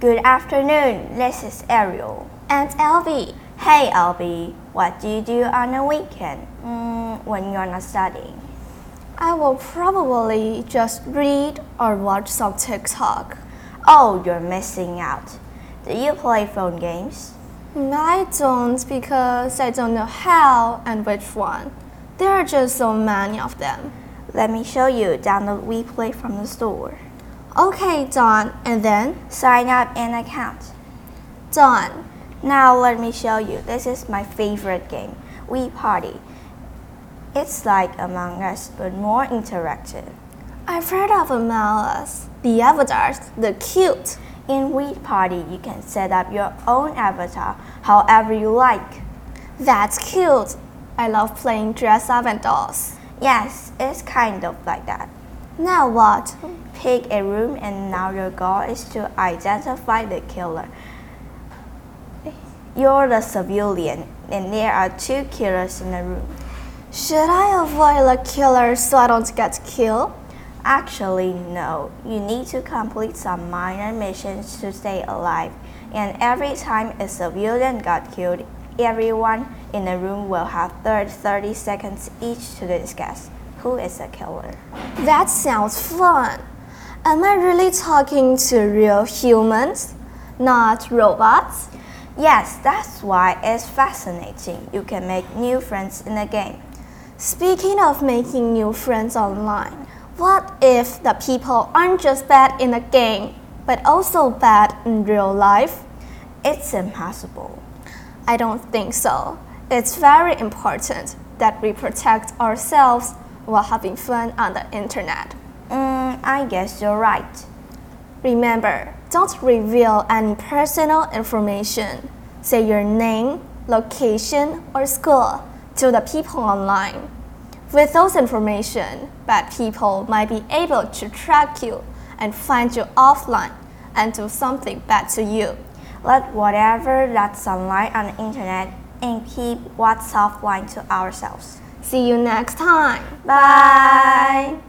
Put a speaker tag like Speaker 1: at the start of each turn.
Speaker 1: Good afternoon, this is Ariel.
Speaker 2: And Elvie,
Speaker 1: Hey, Albie, what do you do on a weekend mm, when you're not studying?
Speaker 2: I will probably just read or watch some TikTok.
Speaker 1: Oh, you're missing out. Do you play phone games?
Speaker 2: I don't because I don't know how and which one. There are just so many of them.
Speaker 1: Let me show you download WePlay from the store.
Speaker 2: Okay, done. And then
Speaker 1: Sign up an account.
Speaker 2: done.
Speaker 1: Now let me show you. This is my favorite game, We Party. It's like Among Us but more interactive.
Speaker 2: I've heard of Among Us, the avatars, the cute.
Speaker 1: In We Party, you can set up your own avatar however you like.
Speaker 2: That's cute. I love playing dress up and dolls.
Speaker 1: Yes, it's kind of like that.
Speaker 2: Now what?
Speaker 1: Pick a room, and now your goal is to identify the killer. You're the civilian, and there are two killers in the room.
Speaker 2: Should I avoid the killer so I don't get killed?
Speaker 1: Actually, no. You need to complete some minor missions to stay alive. And every time a civilian got killed, everyone in the room will have 30 seconds each to discuss who is the killer.
Speaker 2: That sounds fun. Am I really talking to real humans, not robots?
Speaker 1: Yes, that's why it's fascinating. You can make new friends in the game.
Speaker 2: Speaking of making new friends online, what if the people aren't just bad in the game, but also bad in real life?
Speaker 1: It's impossible.
Speaker 2: I don't think so. It's very important that we protect ourselves while having fun on the internet.
Speaker 1: Mm, I guess you're right.
Speaker 2: Remember, don't reveal any personal information. Say your name, location, or school to the people online. With those information, bad people might be able to track you and find you offline and do something bad to you.
Speaker 1: Let whatever that's online on the internet and keep what's offline to ourselves.
Speaker 2: See you next time.
Speaker 1: Bye.